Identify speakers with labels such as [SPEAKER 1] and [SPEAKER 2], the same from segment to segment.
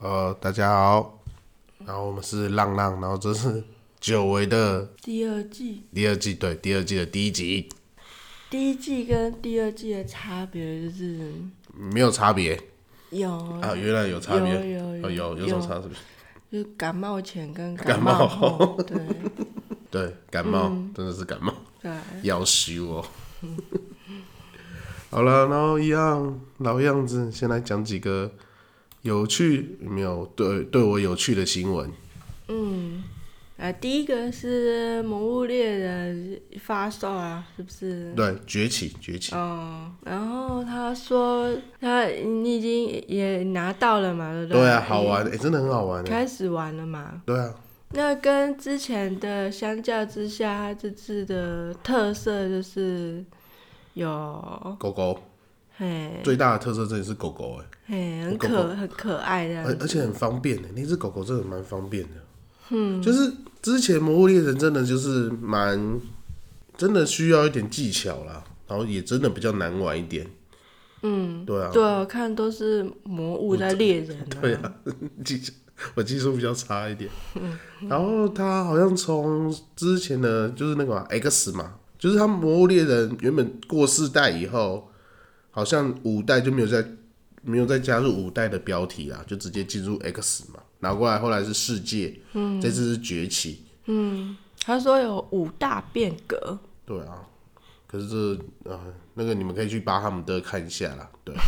[SPEAKER 1] 呃，大家好，然后我们是浪浪，然后这是久违的
[SPEAKER 2] 第二季
[SPEAKER 1] 第二季，对，第二季的第一集，
[SPEAKER 2] 第一季跟第二季的差别就是
[SPEAKER 1] 没有差别
[SPEAKER 2] 有，
[SPEAKER 1] 啊，原来有差别，
[SPEAKER 2] 哦有有
[SPEAKER 1] 哦有有
[SPEAKER 2] 有
[SPEAKER 1] 什么差别？
[SPEAKER 2] 就感冒前跟
[SPEAKER 1] 感冒
[SPEAKER 2] 冒后，对
[SPEAKER 1] 对，感冒、
[SPEAKER 2] 嗯
[SPEAKER 1] 真的是感冒，
[SPEAKER 2] 对，
[SPEAKER 1] 要修哦。
[SPEAKER 2] 嗯
[SPEAKER 1] 好了，然后一样老样子，先来讲几个有趣没有对对我有趣的新闻。
[SPEAKER 2] 啊，第一个是《魔物猎人》发售啊，是不是？
[SPEAKER 1] 对，崛起崛起，
[SPEAKER 2] 嗯，然后他说他你已经也拿到了嘛，对不
[SPEAKER 1] 对啊，
[SPEAKER 2] 你
[SPEAKER 1] 好玩，哎、真的很好玩哎。
[SPEAKER 2] 开始玩了嘛？
[SPEAKER 1] 对啊，
[SPEAKER 2] 那跟之前的相较之下，它这次的特色就是有，
[SPEAKER 1] 狗狗
[SPEAKER 2] 嘿，
[SPEAKER 1] 最大的特色真的是狗狗哎，
[SPEAKER 2] 嘿，很
[SPEAKER 1] 狗
[SPEAKER 2] 可很可爱的样
[SPEAKER 1] 而
[SPEAKER 2] 子，
[SPEAKER 1] 而且很方便哎，那只狗狗真的蛮方便的。嗯，就是之前《魔物猎人》真的就是蛮，真的需要一点技巧啦，然后也真的比较难玩一点。嗯，对啊，
[SPEAKER 2] 对，我看都是魔物在猎人 啊，
[SPEAKER 1] 对啊，技术我技术比较差一点。然后他好像从之前的就是那个嘛 X 嘛，就是他魔物猎人原本过四代以后，好像五代就没有再没有再加入五代的标题啦，就直接进入 X 嘛，拿过来后来是世界，嗯，这次是崛起，
[SPEAKER 2] 他说有五大变革，
[SPEAKER 1] 对啊。可是这啊、那个你们可以去巴哈姆德看一下啦，对。啊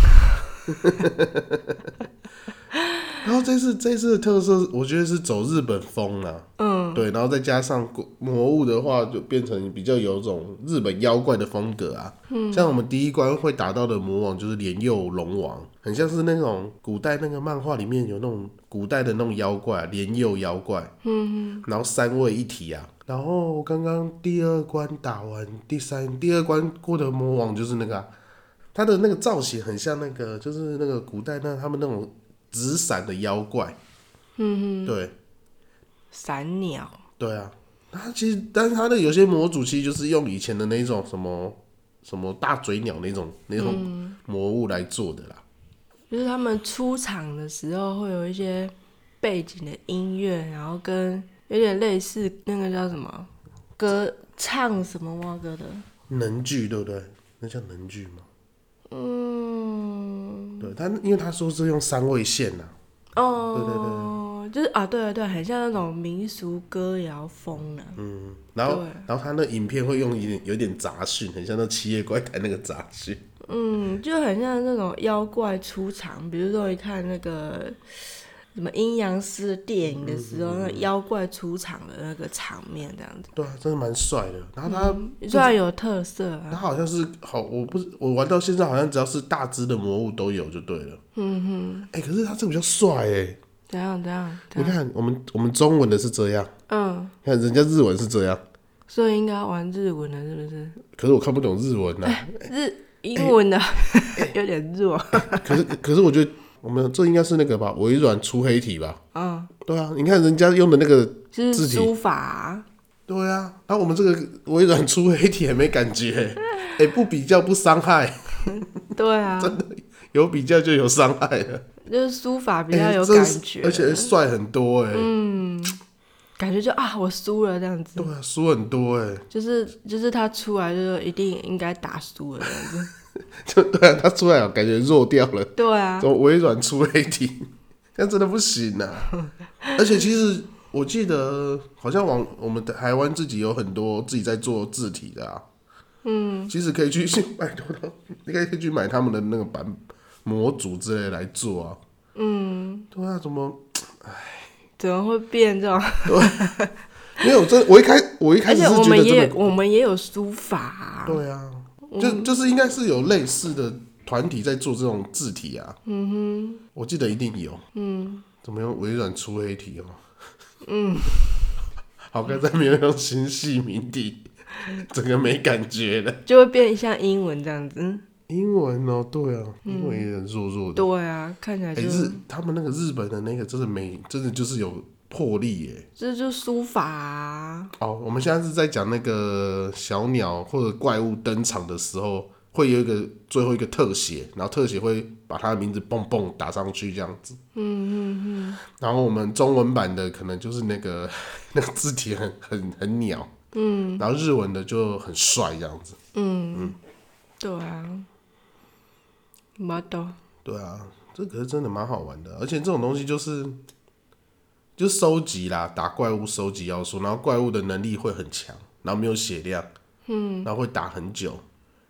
[SPEAKER 1] 然后这次这次的特色，我觉得是走日本风啦、嗯，对，然后再加上国魔物的话，就变成比较有种日本妖怪的风格啊。嗯，像我们第一关会打到的魔王就是莲幼龙王，很像是那种古代那个漫画里面有那种古代的那种妖怪、啊，莲幼妖怪。嗯，然后三位一体啊。然后刚刚第二关打完，第三第二关过的魔王就是那个、啊，他的那个造型很像那个，就是那个古代那他们那种纸伞的妖怪。嗯哼，对。
[SPEAKER 2] 闪鸟，
[SPEAKER 1] 对啊，它其实，但是它的有些模组其实就是用以前的那种什么什么大嘴鸟那种那种魔物来做的啦。
[SPEAKER 2] 就是他们出场的时候会有一些背景的音乐，然后跟有点类似那个叫什么歌唱什么蛙歌的，
[SPEAKER 1] 能剧对不对？那叫能剧吗？
[SPEAKER 2] 嗯，
[SPEAKER 1] 对，它因为他说是用三味线呐、啊
[SPEAKER 2] 哦，对对对，就是啊，对对对，很像那种民俗歌谣风啊，
[SPEAKER 1] 嗯，然后然后他那影片会用一点有点杂讯，很像那《七夜怪谈》那个杂讯。
[SPEAKER 2] 嗯，就很像那种妖怪出场，比如说你看那个什么阴阳师的电影的时候，那妖怪出场的那个场面这样子，
[SPEAKER 1] 对啊，真的蛮帅的。然后他、
[SPEAKER 2] 虽然有特色啊，
[SPEAKER 1] 他好像是好，我不是我玩到现在好像只要是大只的魔物都有就对了。嗯哼，哎、啊可是他这个比较帅哎、
[SPEAKER 2] 怎样怎样，怎
[SPEAKER 1] 你
[SPEAKER 2] 样
[SPEAKER 1] 看，我们我们中文的是这样，
[SPEAKER 2] 嗯，
[SPEAKER 1] 看人家日文是这样，
[SPEAKER 2] 所以应该要玩日文的，是不是？
[SPEAKER 1] 可是我看不懂日文啊呐、
[SPEAKER 2] 日英文的 有点弱，
[SPEAKER 1] 可是可是我觉得我们这应该是那个吧，微软出黑体吧？
[SPEAKER 2] 嗯，
[SPEAKER 1] 对啊，你看人家用的那个，
[SPEAKER 2] 就
[SPEAKER 1] 字体
[SPEAKER 2] 是书法啊、
[SPEAKER 1] 对啊，然后我们这个微软出黑体也没感觉、 哎、不比较不伤害，
[SPEAKER 2] 对啊，
[SPEAKER 1] 有比较就有伤害了，
[SPEAKER 2] 就是书法比
[SPEAKER 1] 哎
[SPEAKER 2] 较有
[SPEAKER 1] 真
[SPEAKER 2] 感
[SPEAKER 1] 是
[SPEAKER 2] 觉，嗯
[SPEAKER 1] 而且帅很多哎、
[SPEAKER 2] 感觉就啊，我输了这样子
[SPEAKER 1] 对，啊，输很多哎、
[SPEAKER 2] 就是就是他出来就是一定应该打输了这样子，
[SPEAKER 1] 就对啊，他出来感觉弱掉了。
[SPEAKER 2] 对啊，
[SPEAKER 1] 从微软出黑体，那真的不行啊！而且其实我记得，好像网我们台湾自己有很多自己在做字体的啊。嗯，其实可以去去拜托他，应该可以去买他们的那个版模组之类来做啊。嗯，对啊，怎么？
[SPEAKER 2] 怎么会 变这种？
[SPEAKER 1] 因为我真我一开我一
[SPEAKER 2] 而
[SPEAKER 1] 开始
[SPEAKER 2] 且
[SPEAKER 1] 是
[SPEAKER 2] 我
[SPEAKER 1] 觉
[SPEAKER 2] 们
[SPEAKER 1] 得
[SPEAKER 2] 也
[SPEAKER 1] 真的，
[SPEAKER 2] 我们也有书法啊、
[SPEAKER 1] 对啊，就就是应该是有类似的团体在做这种字体啊。嗯哼，我记得一定有。嗯，怎么用微软出黑体哦？嗯， 好在在没有用新系名 体，整个没感觉了。
[SPEAKER 2] 就会变像英文这样子。
[SPEAKER 1] 英文哦，对啊，英文也很弱弱的。
[SPEAKER 2] 对啊，看起来
[SPEAKER 1] 哎、
[SPEAKER 2] 就、
[SPEAKER 1] 日他们那个日本的那个真的没，真的就是有魄力耶。
[SPEAKER 2] 这就书法啊，
[SPEAKER 1] 哦，我们现在是在讲那个小鸟或者怪物登场的时候，会有一个最后一个特写，然后特写会把它的名字蹦蹦打上去这样子。嗯嗯嗯。然后我们中文版的可能就是那个 那个字体很很很鸟，嗯，然后日文的就很帅这样子。
[SPEAKER 2] 对啊，model，
[SPEAKER 1] 对啊，这个是真的蛮好玩的，啊而且这种东西就是就收集啦，打怪物收集要素，然后怪物的能力会很强，然后没有血量，嗯，然后会打很久。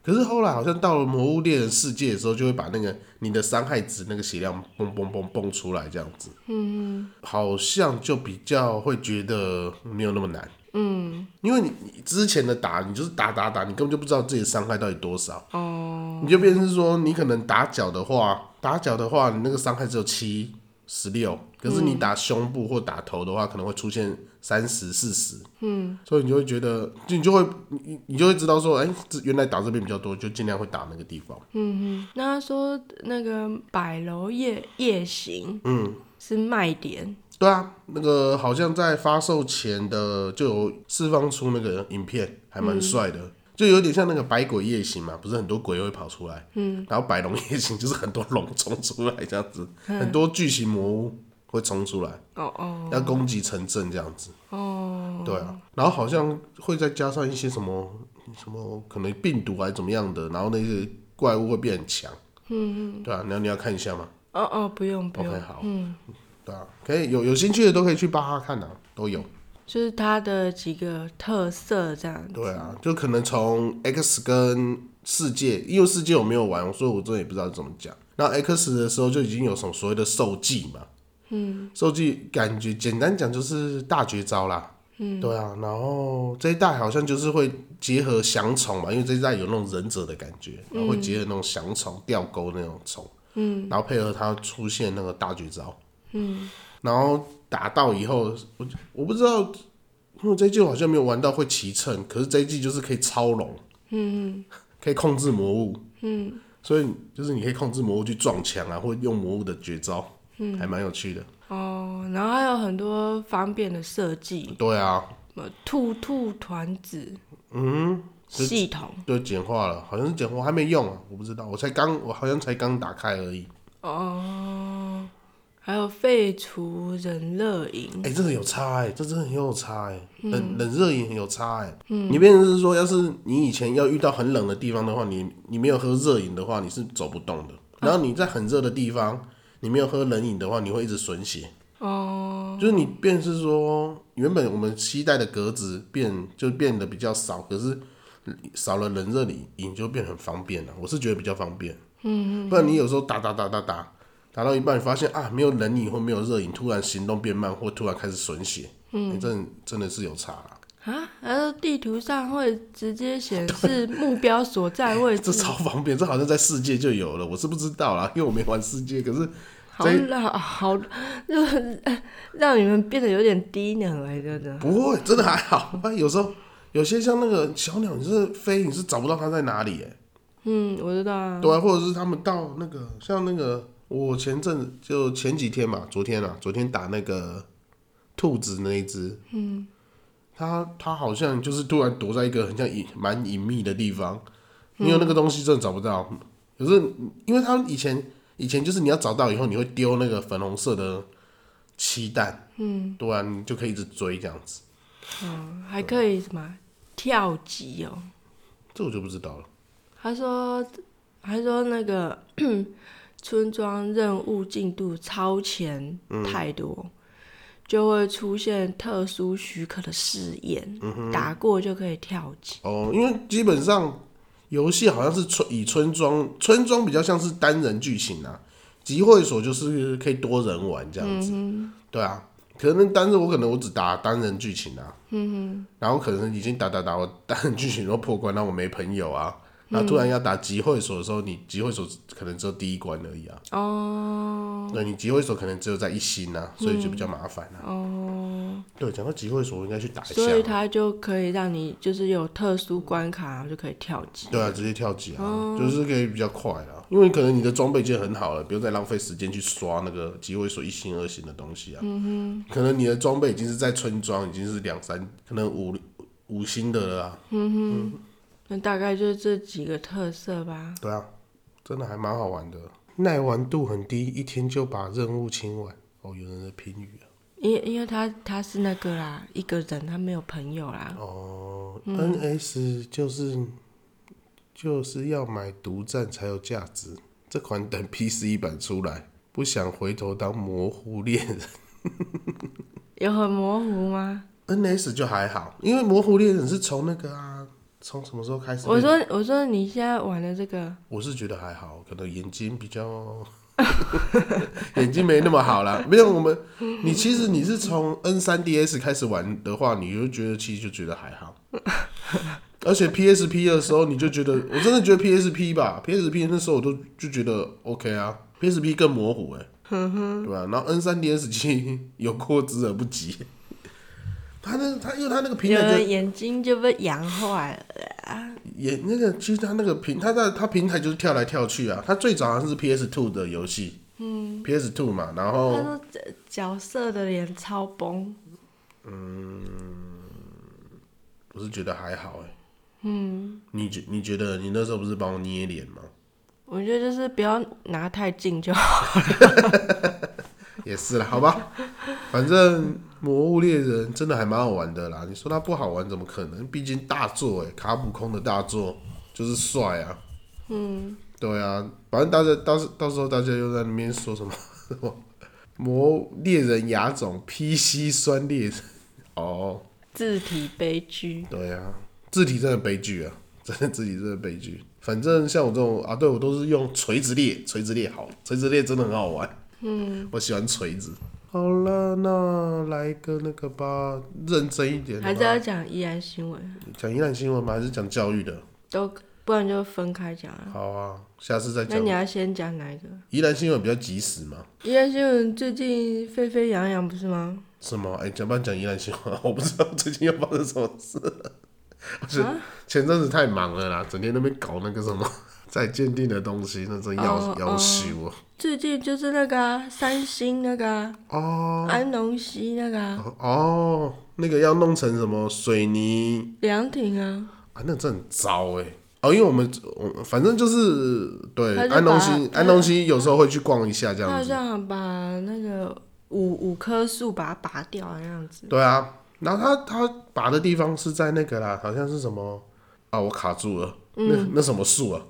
[SPEAKER 1] 可是后来好像到了魔物猎人世界的时候，就会把那个你的伤害值那个血量蹦蹦蹦蹦出来这样子，嗯，好像就比较会觉得没有那么难，嗯，因为你你之前的打你就是打打打，你根本就不知道自己的伤害到底多少，你就变成是说，你可能打脚的话，打脚的话，你那个伤害只有七十六，可是你打胸部或打头的话，可能会出现三十四十，嗯，所以你就会觉得，就你就会你你你就会知道说，哎、这原来打这边比较多，就尽量会打那个地方。
[SPEAKER 2] 那他说那个百楼夜夜行，嗯，是卖点，
[SPEAKER 1] 对啊，那个好像在发售前的就有释放出那个影片，还蛮帅的。就有点像那个百鬼夜行嘛，不是很多鬼会跑出来，嗯，然后百龙夜行就是很多龙冲出来这样 子，很多巨型魔物会冲出来，
[SPEAKER 2] 哦哦，
[SPEAKER 1] 要攻击城镇这样子，哦，对啊，然后好像会再加上一些什么什么可能病毒还是怎么样的，然后那个怪物会变很强，嗯，对啊，你要你要看一下吗
[SPEAKER 2] 哦哦，不用不用
[SPEAKER 1] ？OK，好，嗯，对啊，可以有有兴趣的都可以去巴哈看啊，都有。
[SPEAKER 2] 就是它的几个特色这样，
[SPEAKER 1] 对啊，就可能从 X 跟世界，因为世界我没有玩，所以我真的也不知道怎么讲。那 X 的时候就已经有什么所谓的受技嘛，嗯，受技感觉简单讲就是大绝招啦，嗯，对啊。然后这一代好像就是会结合降虫嘛，因为这一代有那种忍者的感觉，然后会结合那种降虫、吊钩那种虫，嗯，然后配合它出现那个大绝招，嗯，然后打到以后，我我不知道因为这一季我好像没有玩到会骑乘，可是这一季就是可以超龙，嗯，可以控制魔物，嗯，所以就是你可以控制魔物去撞墙啊，或用魔物的绝招，嗯，还蛮有趣的。
[SPEAKER 2] 哦，然后还有很多方便的设计，
[SPEAKER 1] 对啊，
[SPEAKER 2] 什么兔兔团子，嗯，系统
[SPEAKER 1] 就简化了，好像是简化，还没用啊，我不知道，我才刚，我好像才刚打开而已。
[SPEAKER 2] 哦，还有废除人热饮，
[SPEAKER 1] 哎、这个有差哎、这真的很有差哎、冷冷热饮很有差哎、你变成是说，要是你以前要遇到很冷的地方的话，你你没有喝热饮的话，你是走不动的。然后你在很热的地方，你没有喝冷饮的话，你会一直损血。哦，就是你变是说，原本我们期待的格子变就变得比较少，可是少了冷热饮，饮就变很方便了。我是觉得比较方便，嗯，不然你有时候打打打打打，打到一半，你发现啊，没有冷饮或没有热饮，突然行动变慢，或突然开始损血，嗯，真真的是有差啦，
[SPEAKER 2] 啊，然后地图上会直接显示目标所在位
[SPEAKER 1] 这
[SPEAKER 2] 置，
[SPEAKER 1] 超方便，这好像在世界就有了，我是不知道啦，因为我没玩世界，可是
[SPEAKER 2] 好让好就是让你们变得有点低能哎、真的。
[SPEAKER 1] 不会，真的还好， 不然有时候有些像那个小鸟，你是飞，你是找不到它在哪里、欸，
[SPEAKER 2] 嗯，我知道啊。
[SPEAKER 1] 对啊，或者是他们到那个像那个，我前阵子就前几天嘛，昨天啊，昨天打那个兔子那一只，嗯，它它好像就是突然躲在一个很像隐蛮隐秘的地方，你有那个东西真的找不到，可是因为它以前以前就是你要找到以后，你会丢那个粉红色的漆弹，嗯，对啊，你就可以一直追这样子，
[SPEAKER 2] 嗯，还可以什么跳级哦？
[SPEAKER 1] 这我就不知道了。
[SPEAKER 2] 他说，他说那个 村庄任务进度超前
[SPEAKER 1] 嗯
[SPEAKER 2] 太多，就会出现特殊许可的试验，
[SPEAKER 1] 嗯
[SPEAKER 2] 打过就可以跳级。
[SPEAKER 1] 哦，因为基本上游戏好像是村以村庄，村庄比较像是单人剧情啊，集会所就是可以多人玩这
[SPEAKER 2] 嗯
[SPEAKER 1] 样子，对啊。可能单是我可能我只打单人剧情啊，嗯哼，然后可能已经打打打，我单人剧情都破关，那我没朋友啊，然后突然要打集会所的时候，你集会所可能只有第一关而已啊，
[SPEAKER 2] 哦
[SPEAKER 1] 对你集会所可能只有在一星啊，所以就比较麻烦啊。
[SPEAKER 2] 哦，
[SPEAKER 1] 对，讲到集会所，我应该去打一下
[SPEAKER 2] 所，以他就可以让你就是有特殊关卡，然后就可以跳级。
[SPEAKER 1] 对啊，直接跳级啊，就是可以比较快啊，因为可能你的装备已经很好了，不用再浪费时间去刷那个集会所一星、二星的东西啊。嗯可能你的装备已经是在村庄，已经是两三，可能五五星的了啊。
[SPEAKER 2] 那大概就是这几个特色吧。
[SPEAKER 1] 对啊，真的还蛮好玩的，耐玩度很低，一天就把任务清完。哦，哦，有人的评语啊。
[SPEAKER 2] 因因为他他是那个啦，一个人他没有朋友啦，
[SPEAKER 1] 哦、n s 就是就是要买独占才有价值。这款等 PC 版出来，不想回头当模糊猎人。
[SPEAKER 2] 有很模糊吗？
[SPEAKER 1] NS 就还好，因为模糊猎人是从那个啊，从什么时候开始？
[SPEAKER 2] 我说我说你现在玩的这个，
[SPEAKER 1] 我是觉得还好，可能眼睛比较 眼睛没那么好 啦。没有我们，你其实你是从 N 三 DS 开始玩的话，你就觉得其实就觉得还好。而且 PSP 的时候，你就觉得我真的觉得 PSP 吧，PSP 那时候我都就觉得 OK 啊，PSP 更模糊哎、对吧、然后 N 三 DS 其实有过之而不及。他那他因为他那个平
[SPEAKER 2] 有
[SPEAKER 1] 台就
[SPEAKER 2] 人眼睛就被养坏了。
[SPEAKER 1] 也那个，其实他那个平，他在他平台就是跳来跳去啊。他最早好像是 PS Two 的游戏，嗯，PS Two 嘛，然
[SPEAKER 2] 他
[SPEAKER 1] 后
[SPEAKER 2] 说这角色的脸超崩，
[SPEAKER 1] 我是觉得还好哎、嗯，你觉你觉得你那时候不是帮我捏脸吗？
[SPEAKER 2] 我觉得就是不要拿太近就好。
[SPEAKER 1] 也是啦，好吧，反正《魔物猎人》真的还蛮好玩的啦。你说它不好玩，怎么可能？毕竟大作哎、卡普空的大作就是帅啊。嗯，对啊，反正大家到时到时候大家又在那边说什么 什么魔猎人牙种 PC 酸猎人哦，
[SPEAKER 2] 字体悲剧，
[SPEAKER 1] 对啊，字体真的悲剧啊， 真的字体真的悲剧。反正像我这种啊，对我都是用锤子列，锤子列好，锤子列真的很好玩。嗯，我喜欢锤子。好了，那来个那个吧，认真一点的
[SPEAKER 2] 还是要
[SPEAKER 1] 吧。
[SPEAKER 2] 讲依然新闻，
[SPEAKER 1] 讲一览新闻吗？还是讲教育的？
[SPEAKER 2] 都不然就分开讲啊。
[SPEAKER 1] 好啊，下次再
[SPEAKER 2] 那
[SPEAKER 1] 讲
[SPEAKER 2] 你。要先讲哪一个？
[SPEAKER 1] 宜兰新闻比较及时嘛？
[SPEAKER 2] 依然新闻最近沸沸扬扬不是吗？
[SPEAKER 1] 什么？哎、讲不然讲宜兰新闻， 我不知道最近又发生什么事 了。我觉得
[SPEAKER 2] 啊
[SPEAKER 1] 前阵子太忙了啦，整天那边搞那个什么在鉴定的东西，那真要、
[SPEAKER 2] 哦
[SPEAKER 1] 要修啊。
[SPEAKER 2] 最近就是那个、啊、三星那个、啊
[SPEAKER 1] 哦
[SPEAKER 2] 安农溪那个、啊、
[SPEAKER 1] 哦，那个要弄成什么水泥
[SPEAKER 2] 凉亭啊，
[SPEAKER 1] 啊？那真的很糟哎、哦，因为我们我反正就是对
[SPEAKER 2] 他就把
[SPEAKER 1] 安东西，
[SPEAKER 2] 他
[SPEAKER 1] 安东西有时候会去逛一下这
[SPEAKER 2] 他好
[SPEAKER 1] 样子。
[SPEAKER 2] 像把那个五五棵树把它拔掉的样子。
[SPEAKER 1] 对啊，然后他他拔的地方是在那个啦，好像是什么啊？我卡住了，
[SPEAKER 2] 嗯
[SPEAKER 1] 那那什么树啊？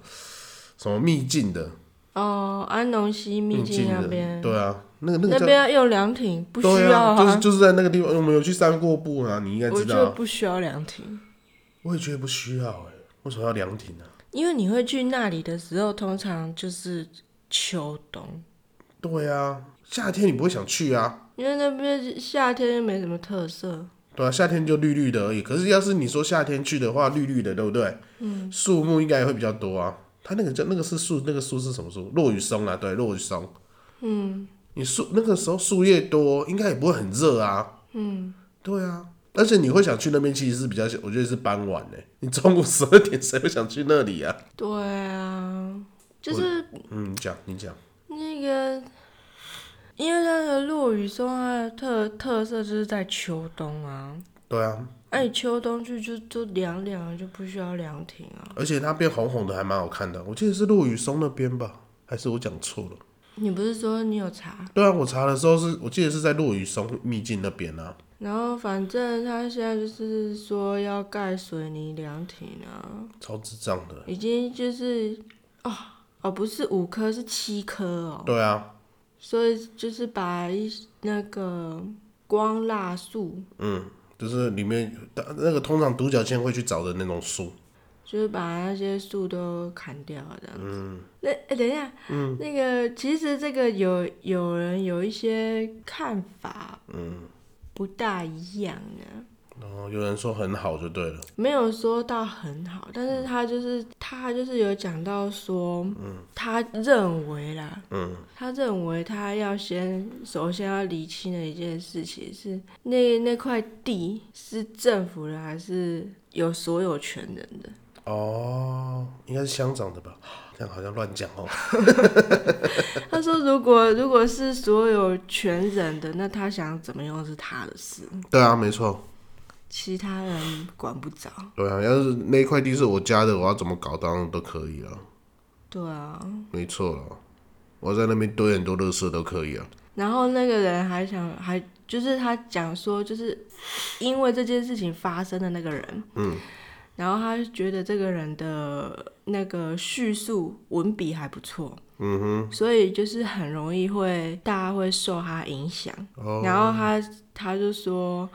[SPEAKER 1] 什么秘境的
[SPEAKER 2] 哦，安农溪秘境那
[SPEAKER 1] 的
[SPEAKER 2] 边，？
[SPEAKER 1] 对啊，那个那个
[SPEAKER 2] 那
[SPEAKER 1] 叫
[SPEAKER 2] 边要用凉亭，不需
[SPEAKER 1] 对
[SPEAKER 2] 要
[SPEAKER 1] 啊，就是就是在那个地方，我们有去散过步啊，你应该
[SPEAKER 2] 我
[SPEAKER 1] 知
[SPEAKER 2] 觉
[SPEAKER 1] 道
[SPEAKER 2] 得
[SPEAKER 1] 啊。
[SPEAKER 2] 不需要凉亭，
[SPEAKER 1] 我也觉得不需要哎、为什么要凉亭呢、啊？
[SPEAKER 2] 因为你会去那里的时候，通常就是秋冬，
[SPEAKER 1] 对啊，夏天你不会想去啊。
[SPEAKER 2] 因为那边夏天又没什么特色。
[SPEAKER 1] 对啊，夏天就绿绿的而已。可是要是你说夏天去的话，绿绿的，对不对？嗯，树木应该也会比较多啊。它那个叫那个是树，那个树是什么树？落羽松啊，对，落羽松。嗯，你树那个时候树叶多，应该也不会很热啊。嗯，对啊。而且你会想去那边，其实是比较，我觉得是傍晚呢、你中午十二点谁会想去那里啊？
[SPEAKER 2] 对啊，就是
[SPEAKER 1] 嗯，你讲，你讲。
[SPEAKER 2] 那个，因为那个落雨松它的特特色就是在秋冬啊，
[SPEAKER 1] 对啊，
[SPEAKER 2] 哎、你秋冬去就就凉凉的，就不需要凉亭啊。
[SPEAKER 1] 而且它变红红的，还蛮好看的。我记得是陆羽松那边吧，还是我讲错了？
[SPEAKER 2] 你不是说你有查？
[SPEAKER 1] 对啊，我查的时候是我记得是在陆羽松秘境那边啊。
[SPEAKER 2] 然后反正他现在就是说要盖水泥凉亭啊，
[SPEAKER 1] 超智障的。
[SPEAKER 2] 已经就是哦哦不是五颗是七颗哦，
[SPEAKER 1] 对啊，
[SPEAKER 2] 所以就是把一那个光蜡树，
[SPEAKER 1] 就是里面那个通常独角仙会去找的那种树，
[SPEAKER 2] 就是把那些树都砍掉这样子。那哎、等一下，那个其实这个有有人有一些看法，嗯，不大一样呢。
[SPEAKER 1] 然后有人说很好就对了。
[SPEAKER 2] 没有说到很好，但是他就是他就是有讲到说，他认为啦，他认为他要先首先要厘清的一件事情是那那块地是政府的还是有所有权人的？
[SPEAKER 1] 哦，应该是乡长的吧？这样好像乱讲哦。
[SPEAKER 2] 他说如果如果是所有权人的，那他想怎么用是他的事，
[SPEAKER 1] 对啊，没错。
[SPEAKER 2] 其他人管不着。
[SPEAKER 1] 对啊，要是那块地是我家的，我要怎么搞当然都可以了。
[SPEAKER 2] 对啊，
[SPEAKER 1] 没错了，我在那边堆很多垃圾都可以啊。
[SPEAKER 2] 然后那个人还想，还就是他讲说，就是因为这件事情发生的那个人，
[SPEAKER 1] 嗯，
[SPEAKER 2] 然后他觉得这个人的那个叙述文笔还不错，
[SPEAKER 1] 嗯哼，
[SPEAKER 2] 所以就是很容易会大家会受他影响。
[SPEAKER 1] 哦，
[SPEAKER 2] 然后他他就说，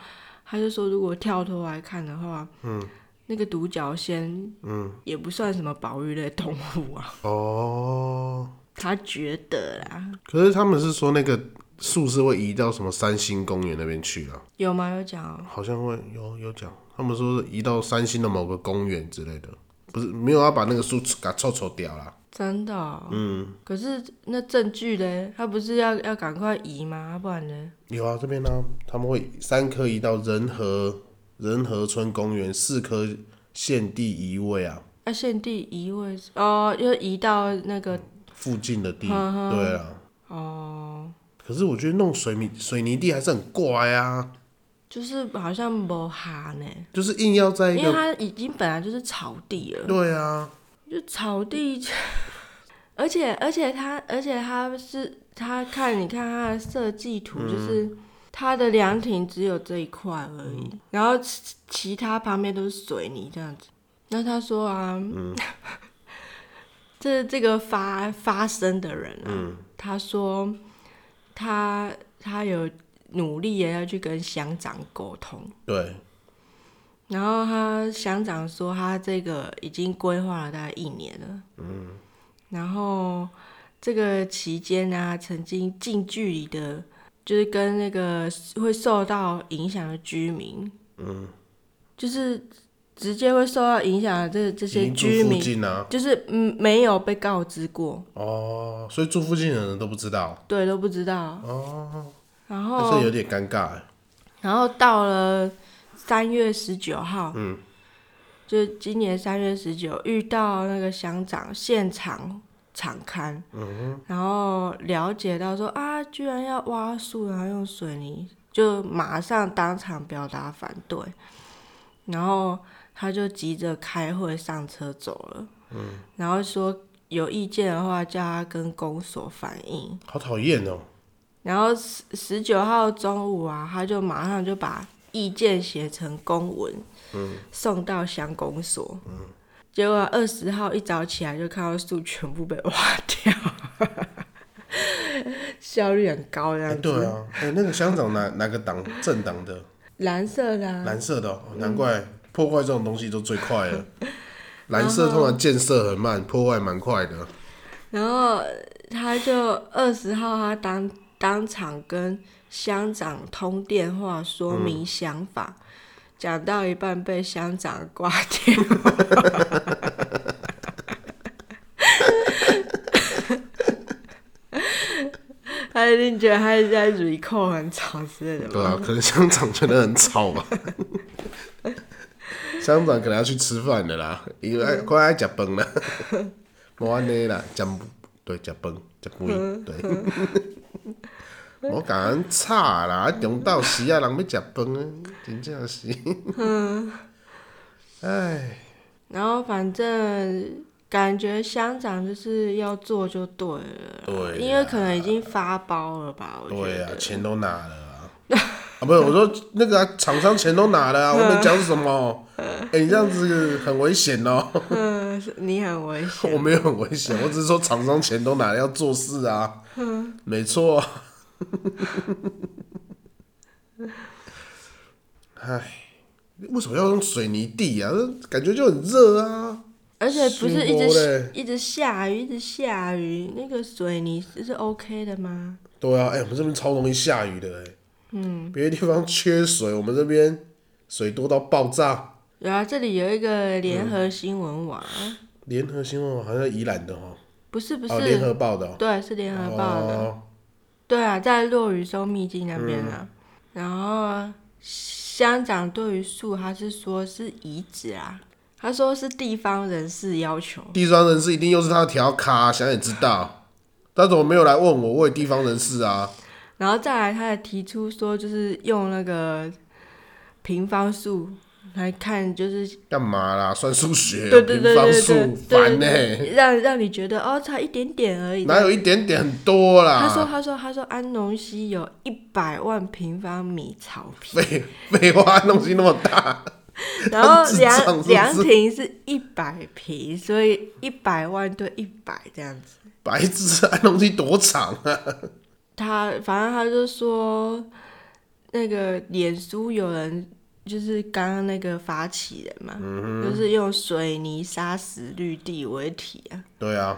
[SPEAKER 2] 他就说如果跳脱来看的话，
[SPEAKER 1] 嗯，
[SPEAKER 2] 那个独角仙
[SPEAKER 1] 嗯，
[SPEAKER 2] 也不算什么保育类动物啊，
[SPEAKER 1] 哦，
[SPEAKER 2] 他觉得啦，
[SPEAKER 1] 可是他们是说那个树是会移到什么三星公园那边去啊了、
[SPEAKER 2] 有吗？有讲哦，
[SPEAKER 1] 好像会有有讲，他们说是移到三星的某个公园之类的，不是没有要把那个树给它臭臭掉啦。
[SPEAKER 2] 真的、哦，
[SPEAKER 1] 嗯，
[SPEAKER 2] 可是那证据嘞，他不是要要赶快移吗？不然呢？
[SPEAKER 1] 有啊，这边呢、他们会三颗移到仁和仁和村公园，四颗现地移位啊，
[SPEAKER 2] 要限地移位置哦，要移到那个
[SPEAKER 1] 附近的地，
[SPEAKER 2] 嗯哼
[SPEAKER 1] 对啊。
[SPEAKER 2] 哦，
[SPEAKER 1] 可是我觉得弄水泥水泥地还是很怪啊，
[SPEAKER 2] 就是好像没哈呢，
[SPEAKER 1] 就是硬要在一
[SPEAKER 2] 因
[SPEAKER 1] 个，
[SPEAKER 2] 为它已经本来就是草地了，
[SPEAKER 1] 对啊，
[SPEAKER 2] 就草地，而且而且它而且它是它看你看它的设计图就是。它的凉亭只有这一块而已，然后其其他旁边都是水泥这样子。那他说啊， 这这个发发生的人啊，他说他他有努力也要去跟乡长沟通，
[SPEAKER 1] 对，
[SPEAKER 2] 然后他乡长说他这个已经规划了大概一年了，嗯，然后这个期间呢、曾经近距离的，就是跟那个会受到影响的居民，嗯，就是直接会受到影响的这这些
[SPEAKER 1] 已经住
[SPEAKER 2] 居
[SPEAKER 1] 附
[SPEAKER 2] 民，
[SPEAKER 1] 近啊，
[SPEAKER 2] 就是嗯没有被告知过，
[SPEAKER 1] 哦，所以住附近的人都不知道，
[SPEAKER 2] 对，都不知道，
[SPEAKER 1] 哦，
[SPEAKER 2] 然
[SPEAKER 1] 但
[SPEAKER 2] 后
[SPEAKER 1] 是有点尴尬欸，
[SPEAKER 2] 然后到了三月十九号，
[SPEAKER 1] 嗯，
[SPEAKER 2] 就今年三月十九遇到那个乡长现场场刊，嗯，然后了解到说啊，居然要挖树，然后用水泥，就马上当场表达反对，然后他就急着开会上车走了，嗯，然后说有意见的话叫他跟公所反映，
[SPEAKER 1] 好讨厌哦，
[SPEAKER 2] 然后十十九号中午啊，他就马上就把意见写成公文，
[SPEAKER 1] 嗯
[SPEAKER 2] 送到乡公所。结果二十号一早起来就看到树全部被挖掉，效率很高这
[SPEAKER 1] 哎、
[SPEAKER 2] 样子。
[SPEAKER 1] 对啊，哎、那个乡长哪哪个党政党的，
[SPEAKER 2] 蓝色的、啊，
[SPEAKER 1] 蓝色的哦、难怪破坏这种东西都最快了。蓝色通常建设很慢，破坏蛮快的。
[SPEAKER 2] 然后他就二十号，他当当场跟乡长通电话说明想法，讲、到一半被乡长挂掉。 他一定觉得他一直在 recall 很吵之类的吧？
[SPEAKER 1] 对啊，可能乡长觉得很吵吧。乡长可能要去吃饭的啦，因为快爱食饭啦， 无安尼啦，食对食饭食饭对。 我甲人吵啦，啊中昼时啊，人要食饭啊，真正是。 唉，
[SPEAKER 2] 然后反正感觉乡长就是要做就对了，
[SPEAKER 1] 对
[SPEAKER 2] 因为可能已经发包了吧？我觉
[SPEAKER 1] 哎对
[SPEAKER 2] 得
[SPEAKER 1] 啊，钱都拿了啊！啊，不是，我说那个啊厂、商钱都拿了啊，我们讲什么？哎、你这样子很危险哦、
[SPEAKER 2] 嗯，是 你很危 险。
[SPEAKER 1] 我没有很危险，我只是说厂商钱都拿了要做事 啊。
[SPEAKER 2] 嗯
[SPEAKER 1] 没错啊。唉，为什么要用水泥地啊？这感觉就很热啊。
[SPEAKER 2] 而且不是一
[SPEAKER 1] 舒服
[SPEAKER 2] 直
[SPEAKER 1] 嘞
[SPEAKER 2] 一直下雨，一直下雨，那个水泥是是 OK 的吗？
[SPEAKER 1] 对啊，哎、我们这边超容易下雨的哎、嗯。别的地方缺水，我们这边水多到爆炸。
[SPEAKER 2] 有啊，这里有一个联合新闻网，
[SPEAKER 1] 联合新闻网好像宜兰的哈，
[SPEAKER 2] 不是不是，
[SPEAKER 1] 哦，联合报的哦。
[SPEAKER 2] 对，是联合报的，
[SPEAKER 1] 哦，
[SPEAKER 2] 对啊，在落雨收秘境那边啊。
[SPEAKER 1] 嗯
[SPEAKER 2] 然后乡长对于树，他是说是遗址啊，他说是地方人士要求，
[SPEAKER 1] 地方人士一定又是他的条卡，想也知道。他怎么没有来问我？我也地方人士啊。
[SPEAKER 2] 然后再来他还提出说，就是用那个平方数来看，就是
[SPEAKER 1] 干嘛啦？算数学，
[SPEAKER 2] 对对对
[SPEAKER 1] 平方
[SPEAKER 2] 对
[SPEAKER 1] 数
[SPEAKER 2] 对，
[SPEAKER 1] 烦欸啊
[SPEAKER 2] 对
[SPEAKER 1] 呢、
[SPEAKER 2] 对 让让你觉得哦，差一点点而已。
[SPEAKER 1] 哪有一点点很多啦？
[SPEAKER 2] 他说：“他说他说安农溪有一百万平方米草 皮，
[SPEAKER 1] 废废话，东西那么大，
[SPEAKER 2] 然后
[SPEAKER 1] 智障是不
[SPEAKER 2] 凉
[SPEAKER 1] 是
[SPEAKER 2] 凉亭是一百平，所以一百万对一百这样子。
[SPEAKER 1] 白痴啊！东西多长啊？
[SPEAKER 2] 他反正他就说，那个脸书有人就是刚刚那个发起人嘛，
[SPEAKER 1] 嗯
[SPEAKER 2] 就是用水泥砂石绿地为体啊，
[SPEAKER 1] 对啊，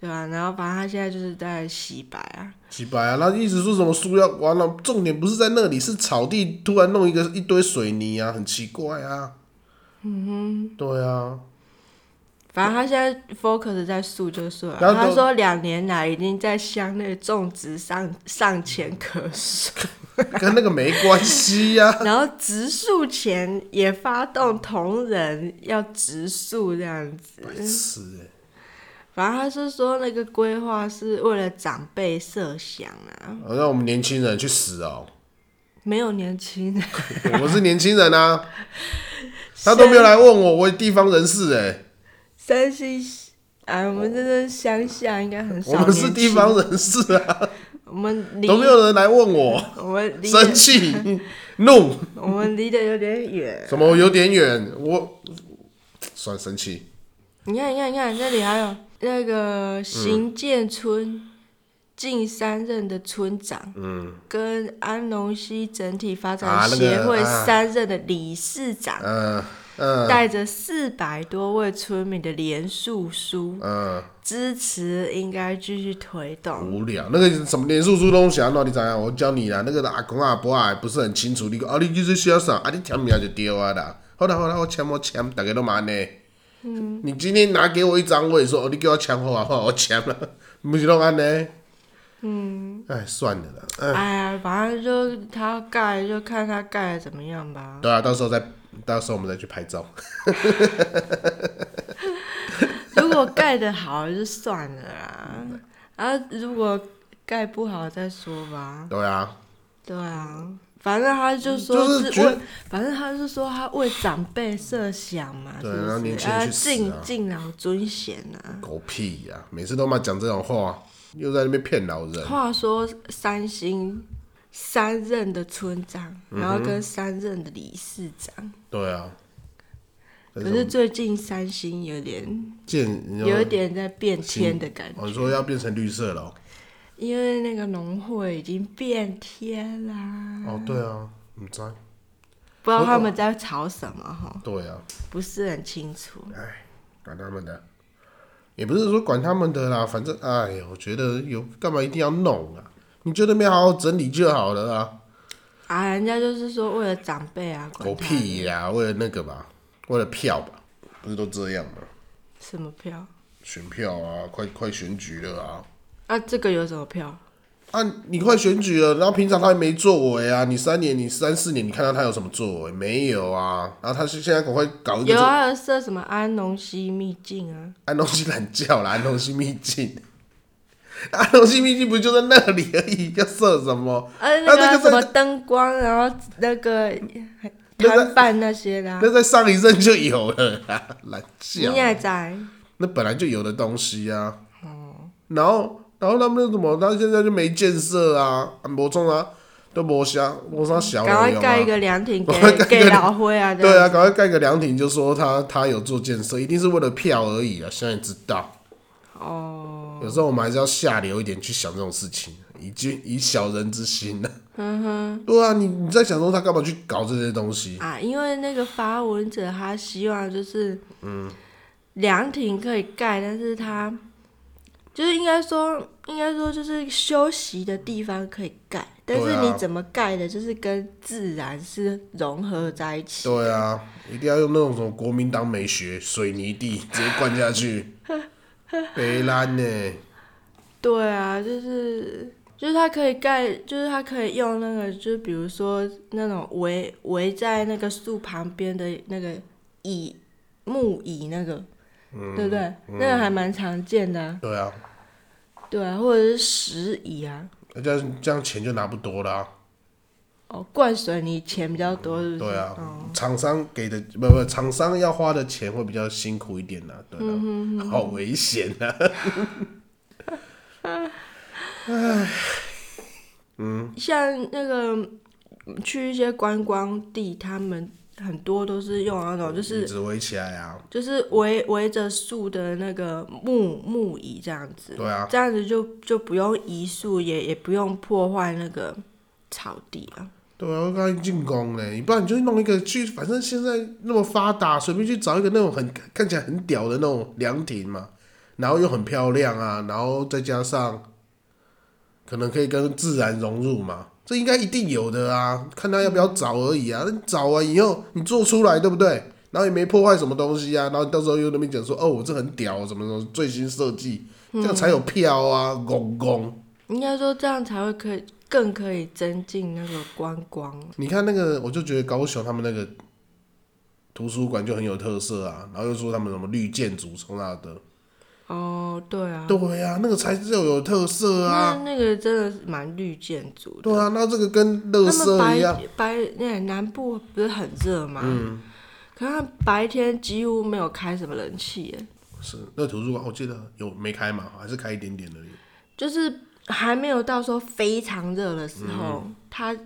[SPEAKER 2] 对吧、然后反正他现在就是在洗白啊，
[SPEAKER 1] 几百啊！那一直说什么树要完了，重点不是在那里，是草地突然弄一个一堆水泥啊，很奇怪啊。嗯哼，对啊，
[SPEAKER 2] 反正他现在 focus 在树就是了。
[SPEAKER 1] 然后
[SPEAKER 2] 他
[SPEAKER 1] 都
[SPEAKER 2] 说两年来已经在乡内种植上上千棵树，
[SPEAKER 1] 跟那个没关系啊呀、
[SPEAKER 2] 然后植树前也发动同仁要植树这样 子。
[SPEAKER 1] 白痴欸
[SPEAKER 2] 反正他是说那个规划是为了长辈设想啊，
[SPEAKER 1] 好让我们年轻人去死哦！
[SPEAKER 2] 没有年轻人。
[SPEAKER 1] 我是年轻人啊，他都没有来问我，我地方人士哎、
[SPEAKER 2] 山西，哎，我们这是乡下，应该很少
[SPEAKER 1] 我们是地方人士啊，
[SPEAKER 2] 年轻，我们离
[SPEAKER 1] 都没有人来问我，
[SPEAKER 2] 我们离
[SPEAKER 1] 生
[SPEAKER 2] 得
[SPEAKER 1] 气怒
[SPEAKER 2] 我们离得有点远。
[SPEAKER 1] 什么有点远，我算生气。
[SPEAKER 2] 你看，你看，你看，这里还有那
[SPEAKER 1] 嗯
[SPEAKER 2] 个行健村近三任的村长，嗯，跟安龙溪整体发
[SPEAKER 1] 啊
[SPEAKER 2] 展
[SPEAKER 1] 那个
[SPEAKER 2] 协会
[SPEAKER 1] 啊
[SPEAKER 2] 三任的理事长，
[SPEAKER 1] 嗯嗯
[SPEAKER 2] 带着四百多位村民的联署书，
[SPEAKER 1] 嗯，
[SPEAKER 2] 支持应该继续推动。
[SPEAKER 1] 无聊。那个什么连叔叔东西啊，那你怎样？我教你啦，那个阿公阿婆啊不是很清楚，你讲啊你就是写啥，啊你签名就对啊啦。好啦好啦，我签我签，大家都嘛呢。嗯，你今天拿给我一张，我也说哦，你给我签好啊，好我签了，不是都安呢？嗯，哎，算了啦，哎，
[SPEAKER 2] 哎呀，反正就他盖，就看他盖的怎么样吧。
[SPEAKER 1] 对啊，到时候再，到时候我们再去拍照。
[SPEAKER 2] 如果盖的好就算了啦，啊，如果盖不好再说吧。
[SPEAKER 1] 对啊，
[SPEAKER 2] 对啊，反正他
[SPEAKER 1] 嗯
[SPEAKER 2] 就
[SPEAKER 1] 就
[SPEAKER 2] 说
[SPEAKER 1] 是觉
[SPEAKER 2] 为，反正他是说他为长辈设想嘛，
[SPEAKER 1] 对
[SPEAKER 2] 是不
[SPEAKER 1] 让年
[SPEAKER 2] 是？
[SPEAKER 1] 轻人去死啊
[SPEAKER 2] 敬敬老尊贤啊。
[SPEAKER 1] 狗屁呀、每次都嘛讲这种话，又在那边骗老人。
[SPEAKER 2] 话说三星三任的村长，然
[SPEAKER 1] 嗯
[SPEAKER 2] 后跟三任的理事长，
[SPEAKER 1] 对啊，
[SPEAKER 2] 可是最近三星有点
[SPEAKER 1] 见你
[SPEAKER 2] 有一
[SPEAKER 1] 说
[SPEAKER 2] 点在变天的感
[SPEAKER 1] 我
[SPEAKER 2] 觉，
[SPEAKER 1] 说要变成绿色了哦、
[SPEAKER 2] 因为那个农会已经变天啦，
[SPEAKER 1] 哦，对啊，唔知，
[SPEAKER 2] 不知道他们在吵什么哈，
[SPEAKER 1] 对啊，
[SPEAKER 2] 不是很清楚。
[SPEAKER 1] 哎，管他们的，也不是说管他们的啦，反正哎呀，我觉得有干嘛一定要弄啊？你就那边好好整理就好了啊，
[SPEAKER 2] 啊，人家就是说为了长辈啊，管
[SPEAKER 1] 狗
[SPEAKER 2] 他
[SPEAKER 1] 屁呀、为了那个吧，为了票吧，不是都这样吗？
[SPEAKER 2] 什么票？
[SPEAKER 1] 选票啊，快快选举了啊！
[SPEAKER 2] 啊，这个有什么票？
[SPEAKER 1] 啊，你快选举了，然后平常他也没作为啊，你三年、你三四年，你看到他有什么作为没有啊？然后他是现在赶快搞一个
[SPEAKER 2] 有
[SPEAKER 1] 这
[SPEAKER 2] 啊，设什么安农溪秘境啊？
[SPEAKER 1] 安东西懒觉啦，安东西秘境，安东西秘境不就在那里而已，要设什么？
[SPEAKER 2] 呃、
[SPEAKER 1] 啊那
[SPEAKER 2] 那
[SPEAKER 1] 这
[SPEAKER 2] 个
[SPEAKER 1] 个在
[SPEAKER 2] 什么灯光，然后那个
[SPEAKER 1] 那个
[SPEAKER 2] 摊贩那些的、啊，
[SPEAKER 1] 那在上一任就有了啦，懒
[SPEAKER 2] 你
[SPEAKER 1] 觉，
[SPEAKER 2] 也在？
[SPEAKER 1] 那本来就有的东西啊。
[SPEAKER 2] 哦
[SPEAKER 1] 然后，然后他们怎么？他现在就没建设啊，啊没中啊，都没啥，没啥小
[SPEAKER 2] 赶
[SPEAKER 1] 卵
[SPEAKER 2] 快
[SPEAKER 1] 用
[SPEAKER 2] 盖一
[SPEAKER 1] 啊。
[SPEAKER 2] 个凉亭
[SPEAKER 1] 赶快
[SPEAKER 2] 给
[SPEAKER 1] 盖一个
[SPEAKER 2] 给老灰啊！这
[SPEAKER 1] 对
[SPEAKER 2] 样
[SPEAKER 1] 啊，赶快盖个凉亭，就说他他有做建设，一定是为了票而已啊。现在知道，
[SPEAKER 2] 哦，
[SPEAKER 1] 有时候我们还是要下流一点去想这种事情，以君以小人之心呢、嗯哼，对啊，你你在想说他干嘛去搞这些东西？
[SPEAKER 2] 啊，因为那个发文者他希望就是，嗯，凉亭可以盖，但是他就是应该说，应该说就是休息的地方可以盖，但
[SPEAKER 1] 对
[SPEAKER 2] 是
[SPEAKER 1] 啊
[SPEAKER 2] 你怎么盖的，就是跟自然是融合在一起。
[SPEAKER 1] 对啊，一定要用那种什么国民党美学水泥地直接灌下 去，北烂呢、
[SPEAKER 2] 对啊，就是就是它可以盖，就是它可以用那个，就是比如说那种围围在那个树旁边的那个椅木椅那个，对不对？那个还蛮常见的啊、
[SPEAKER 1] 对啊，
[SPEAKER 2] 对啊，或者是石椅啊。
[SPEAKER 1] 这样这样钱就拿不多啦、
[SPEAKER 2] 哦，灌水泥钱比较多，是不是？
[SPEAKER 1] 对啊
[SPEAKER 2] 哦，
[SPEAKER 1] 厂商给的不不，厂商要花的钱会比较辛苦一点呐、对
[SPEAKER 2] 嗯
[SPEAKER 1] 啊，好危险啊！
[SPEAKER 2] 像那个嗯去一些观光地，他们很多都是用那种就是
[SPEAKER 1] 椅子围起来啊，
[SPEAKER 2] 就是围围着树的那个木木椅这样子，
[SPEAKER 1] 对啊，
[SPEAKER 2] 这样子就就不用移树，也也不用破坏那个草地啊。
[SPEAKER 1] 对啊，我刚才进攻嘞，你不然你就弄一个去，反正现在那么发达，随便去找一个那种很看起来很屌的那种凉亭嘛，然后又很漂亮啊，然后再加上可能可以跟自然融入嘛，这应该一定有的啊，看他要不要找而已啊。那你找完以后你做出来对不对？然后也没破坏什么东西啊，然后你到时候又那边讲说哦，我这很屌，什么什么最新设计，这样才有票啊，拱拱。
[SPEAKER 2] 应该说这样才会可以更可以增进那个观光。
[SPEAKER 1] 你看那个，我就觉得高雄他们那个图书馆就很有特色啊，然后又说他们什么绿建筑从那的，
[SPEAKER 2] 哦，对啊，
[SPEAKER 1] 对呀、啊，那个才是有特色啊，
[SPEAKER 2] 那那个真的是蛮绿建筑的。
[SPEAKER 1] 对啊，那这个跟乐
[SPEAKER 2] 他们
[SPEAKER 1] 色一样，嗯
[SPEAKER 2] 白白那南部不是很热吗？可是他们白天几乎没有开什么冷气耶，
[SPEAKER 1] 是那图书馆我记得有没开嘛，还是开一点点而已，
[SPEAKER 2] 就是还没有到说非常热的时候，
[SPEAKER 1] 嗯
[SPEAKER 2] 它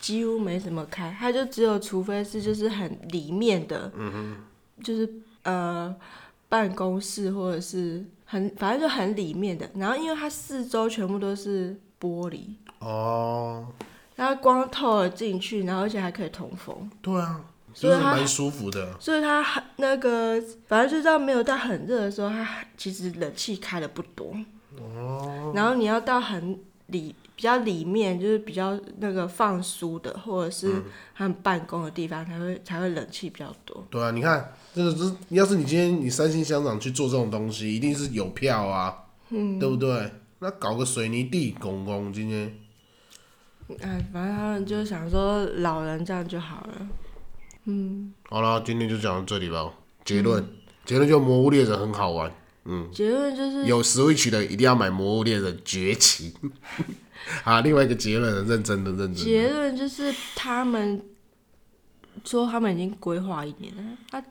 [SPEAKER 2] 几乎没怎么开，它就只有除非是就是很里面的，
[SPEAKER 1] 嗯
[SPEAKER 2] 就是呃办公室或者是很反正就很里面的，然后因为它四周全部都是玻璃，
[SPEAKER 1] 哦，
[SPEAKER 2] 然后光透了进去，然后而且还可以通风。
[SPEAKER 1] 对啊，就
[SPEAKER 2] 所以
[SPEAKER 1] 是
[SPEAKER 2] 它
[SPEAKER 1] 蛮舒服的，
[SPEAKER 2] 所以它很那个，反正就是到没有到很热的时候，它其实冷气开的不多。哦。然后你要到很里比较里面，就是比较那个放书的，或者是他们办公的地方，才会才会冷气比较多。
[SPEAKER 1] 对啊，你看，这个是要是你今天你三星乡长去做这种东西，一定是有票啊，嗯，对不对？那搞个水泥地拱拱，今天。
[SPEAKER 2] 哎，反正他们就想说老人这样就好了。
[SPEAKER 1] 好啦，今天就讲到这里吧。结论，结论就《魔物猎人》很好玩，
[SPEAKER 2] 结论就是，
[SPEAKER 1] 有 Switch 的一定要买《魔物猎人崛起》 啊。另外一个结论了，认真的，认真的。
[SPEAKER 2] 结论就是他们说他们已经规划一年了，他、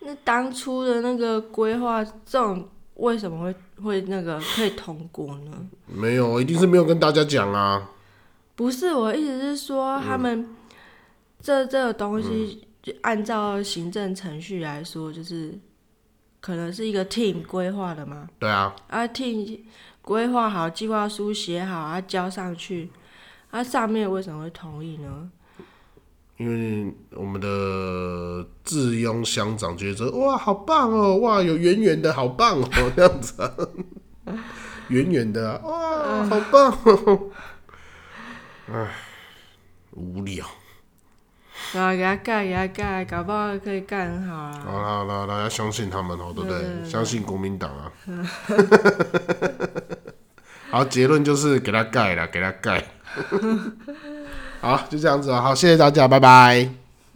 [SPEAKER 2] 那当初的那个规划，这种为什么会会那个可以通过呢？
[SPEAKER 1] 没有，一定是没有跟大家讲啊。
[SPEAKER 2] 不是，我意思是说他们这这个东西，就按照行政程序来说，就是可能是一个 team 规划的嘛，
[SPEAKER 1] 对啊，
[SPEAKER 2] 啊 team 规划好计划书写好，啊交上去，啊上面为什么会同意呢？
[SPEAKER 1] 因为我们的智庸乡长觉得哇，好棒哦，哇，有圆圆的好棒哦， 这样子、啊，圆圆的、啊，哇，好棒哦。唉，无聊。
[SPEAKER 2] 对啊，给他盖，给他盖，搞不好可以盖很好啊。
[SPEAKER 1] 好啦好啦，大家相信他们哦，对不对？相信国民党啊。 好，结论就是 哦给他盖了，给他盖。好，就这样子啊。好，谢谢大家，拜拜。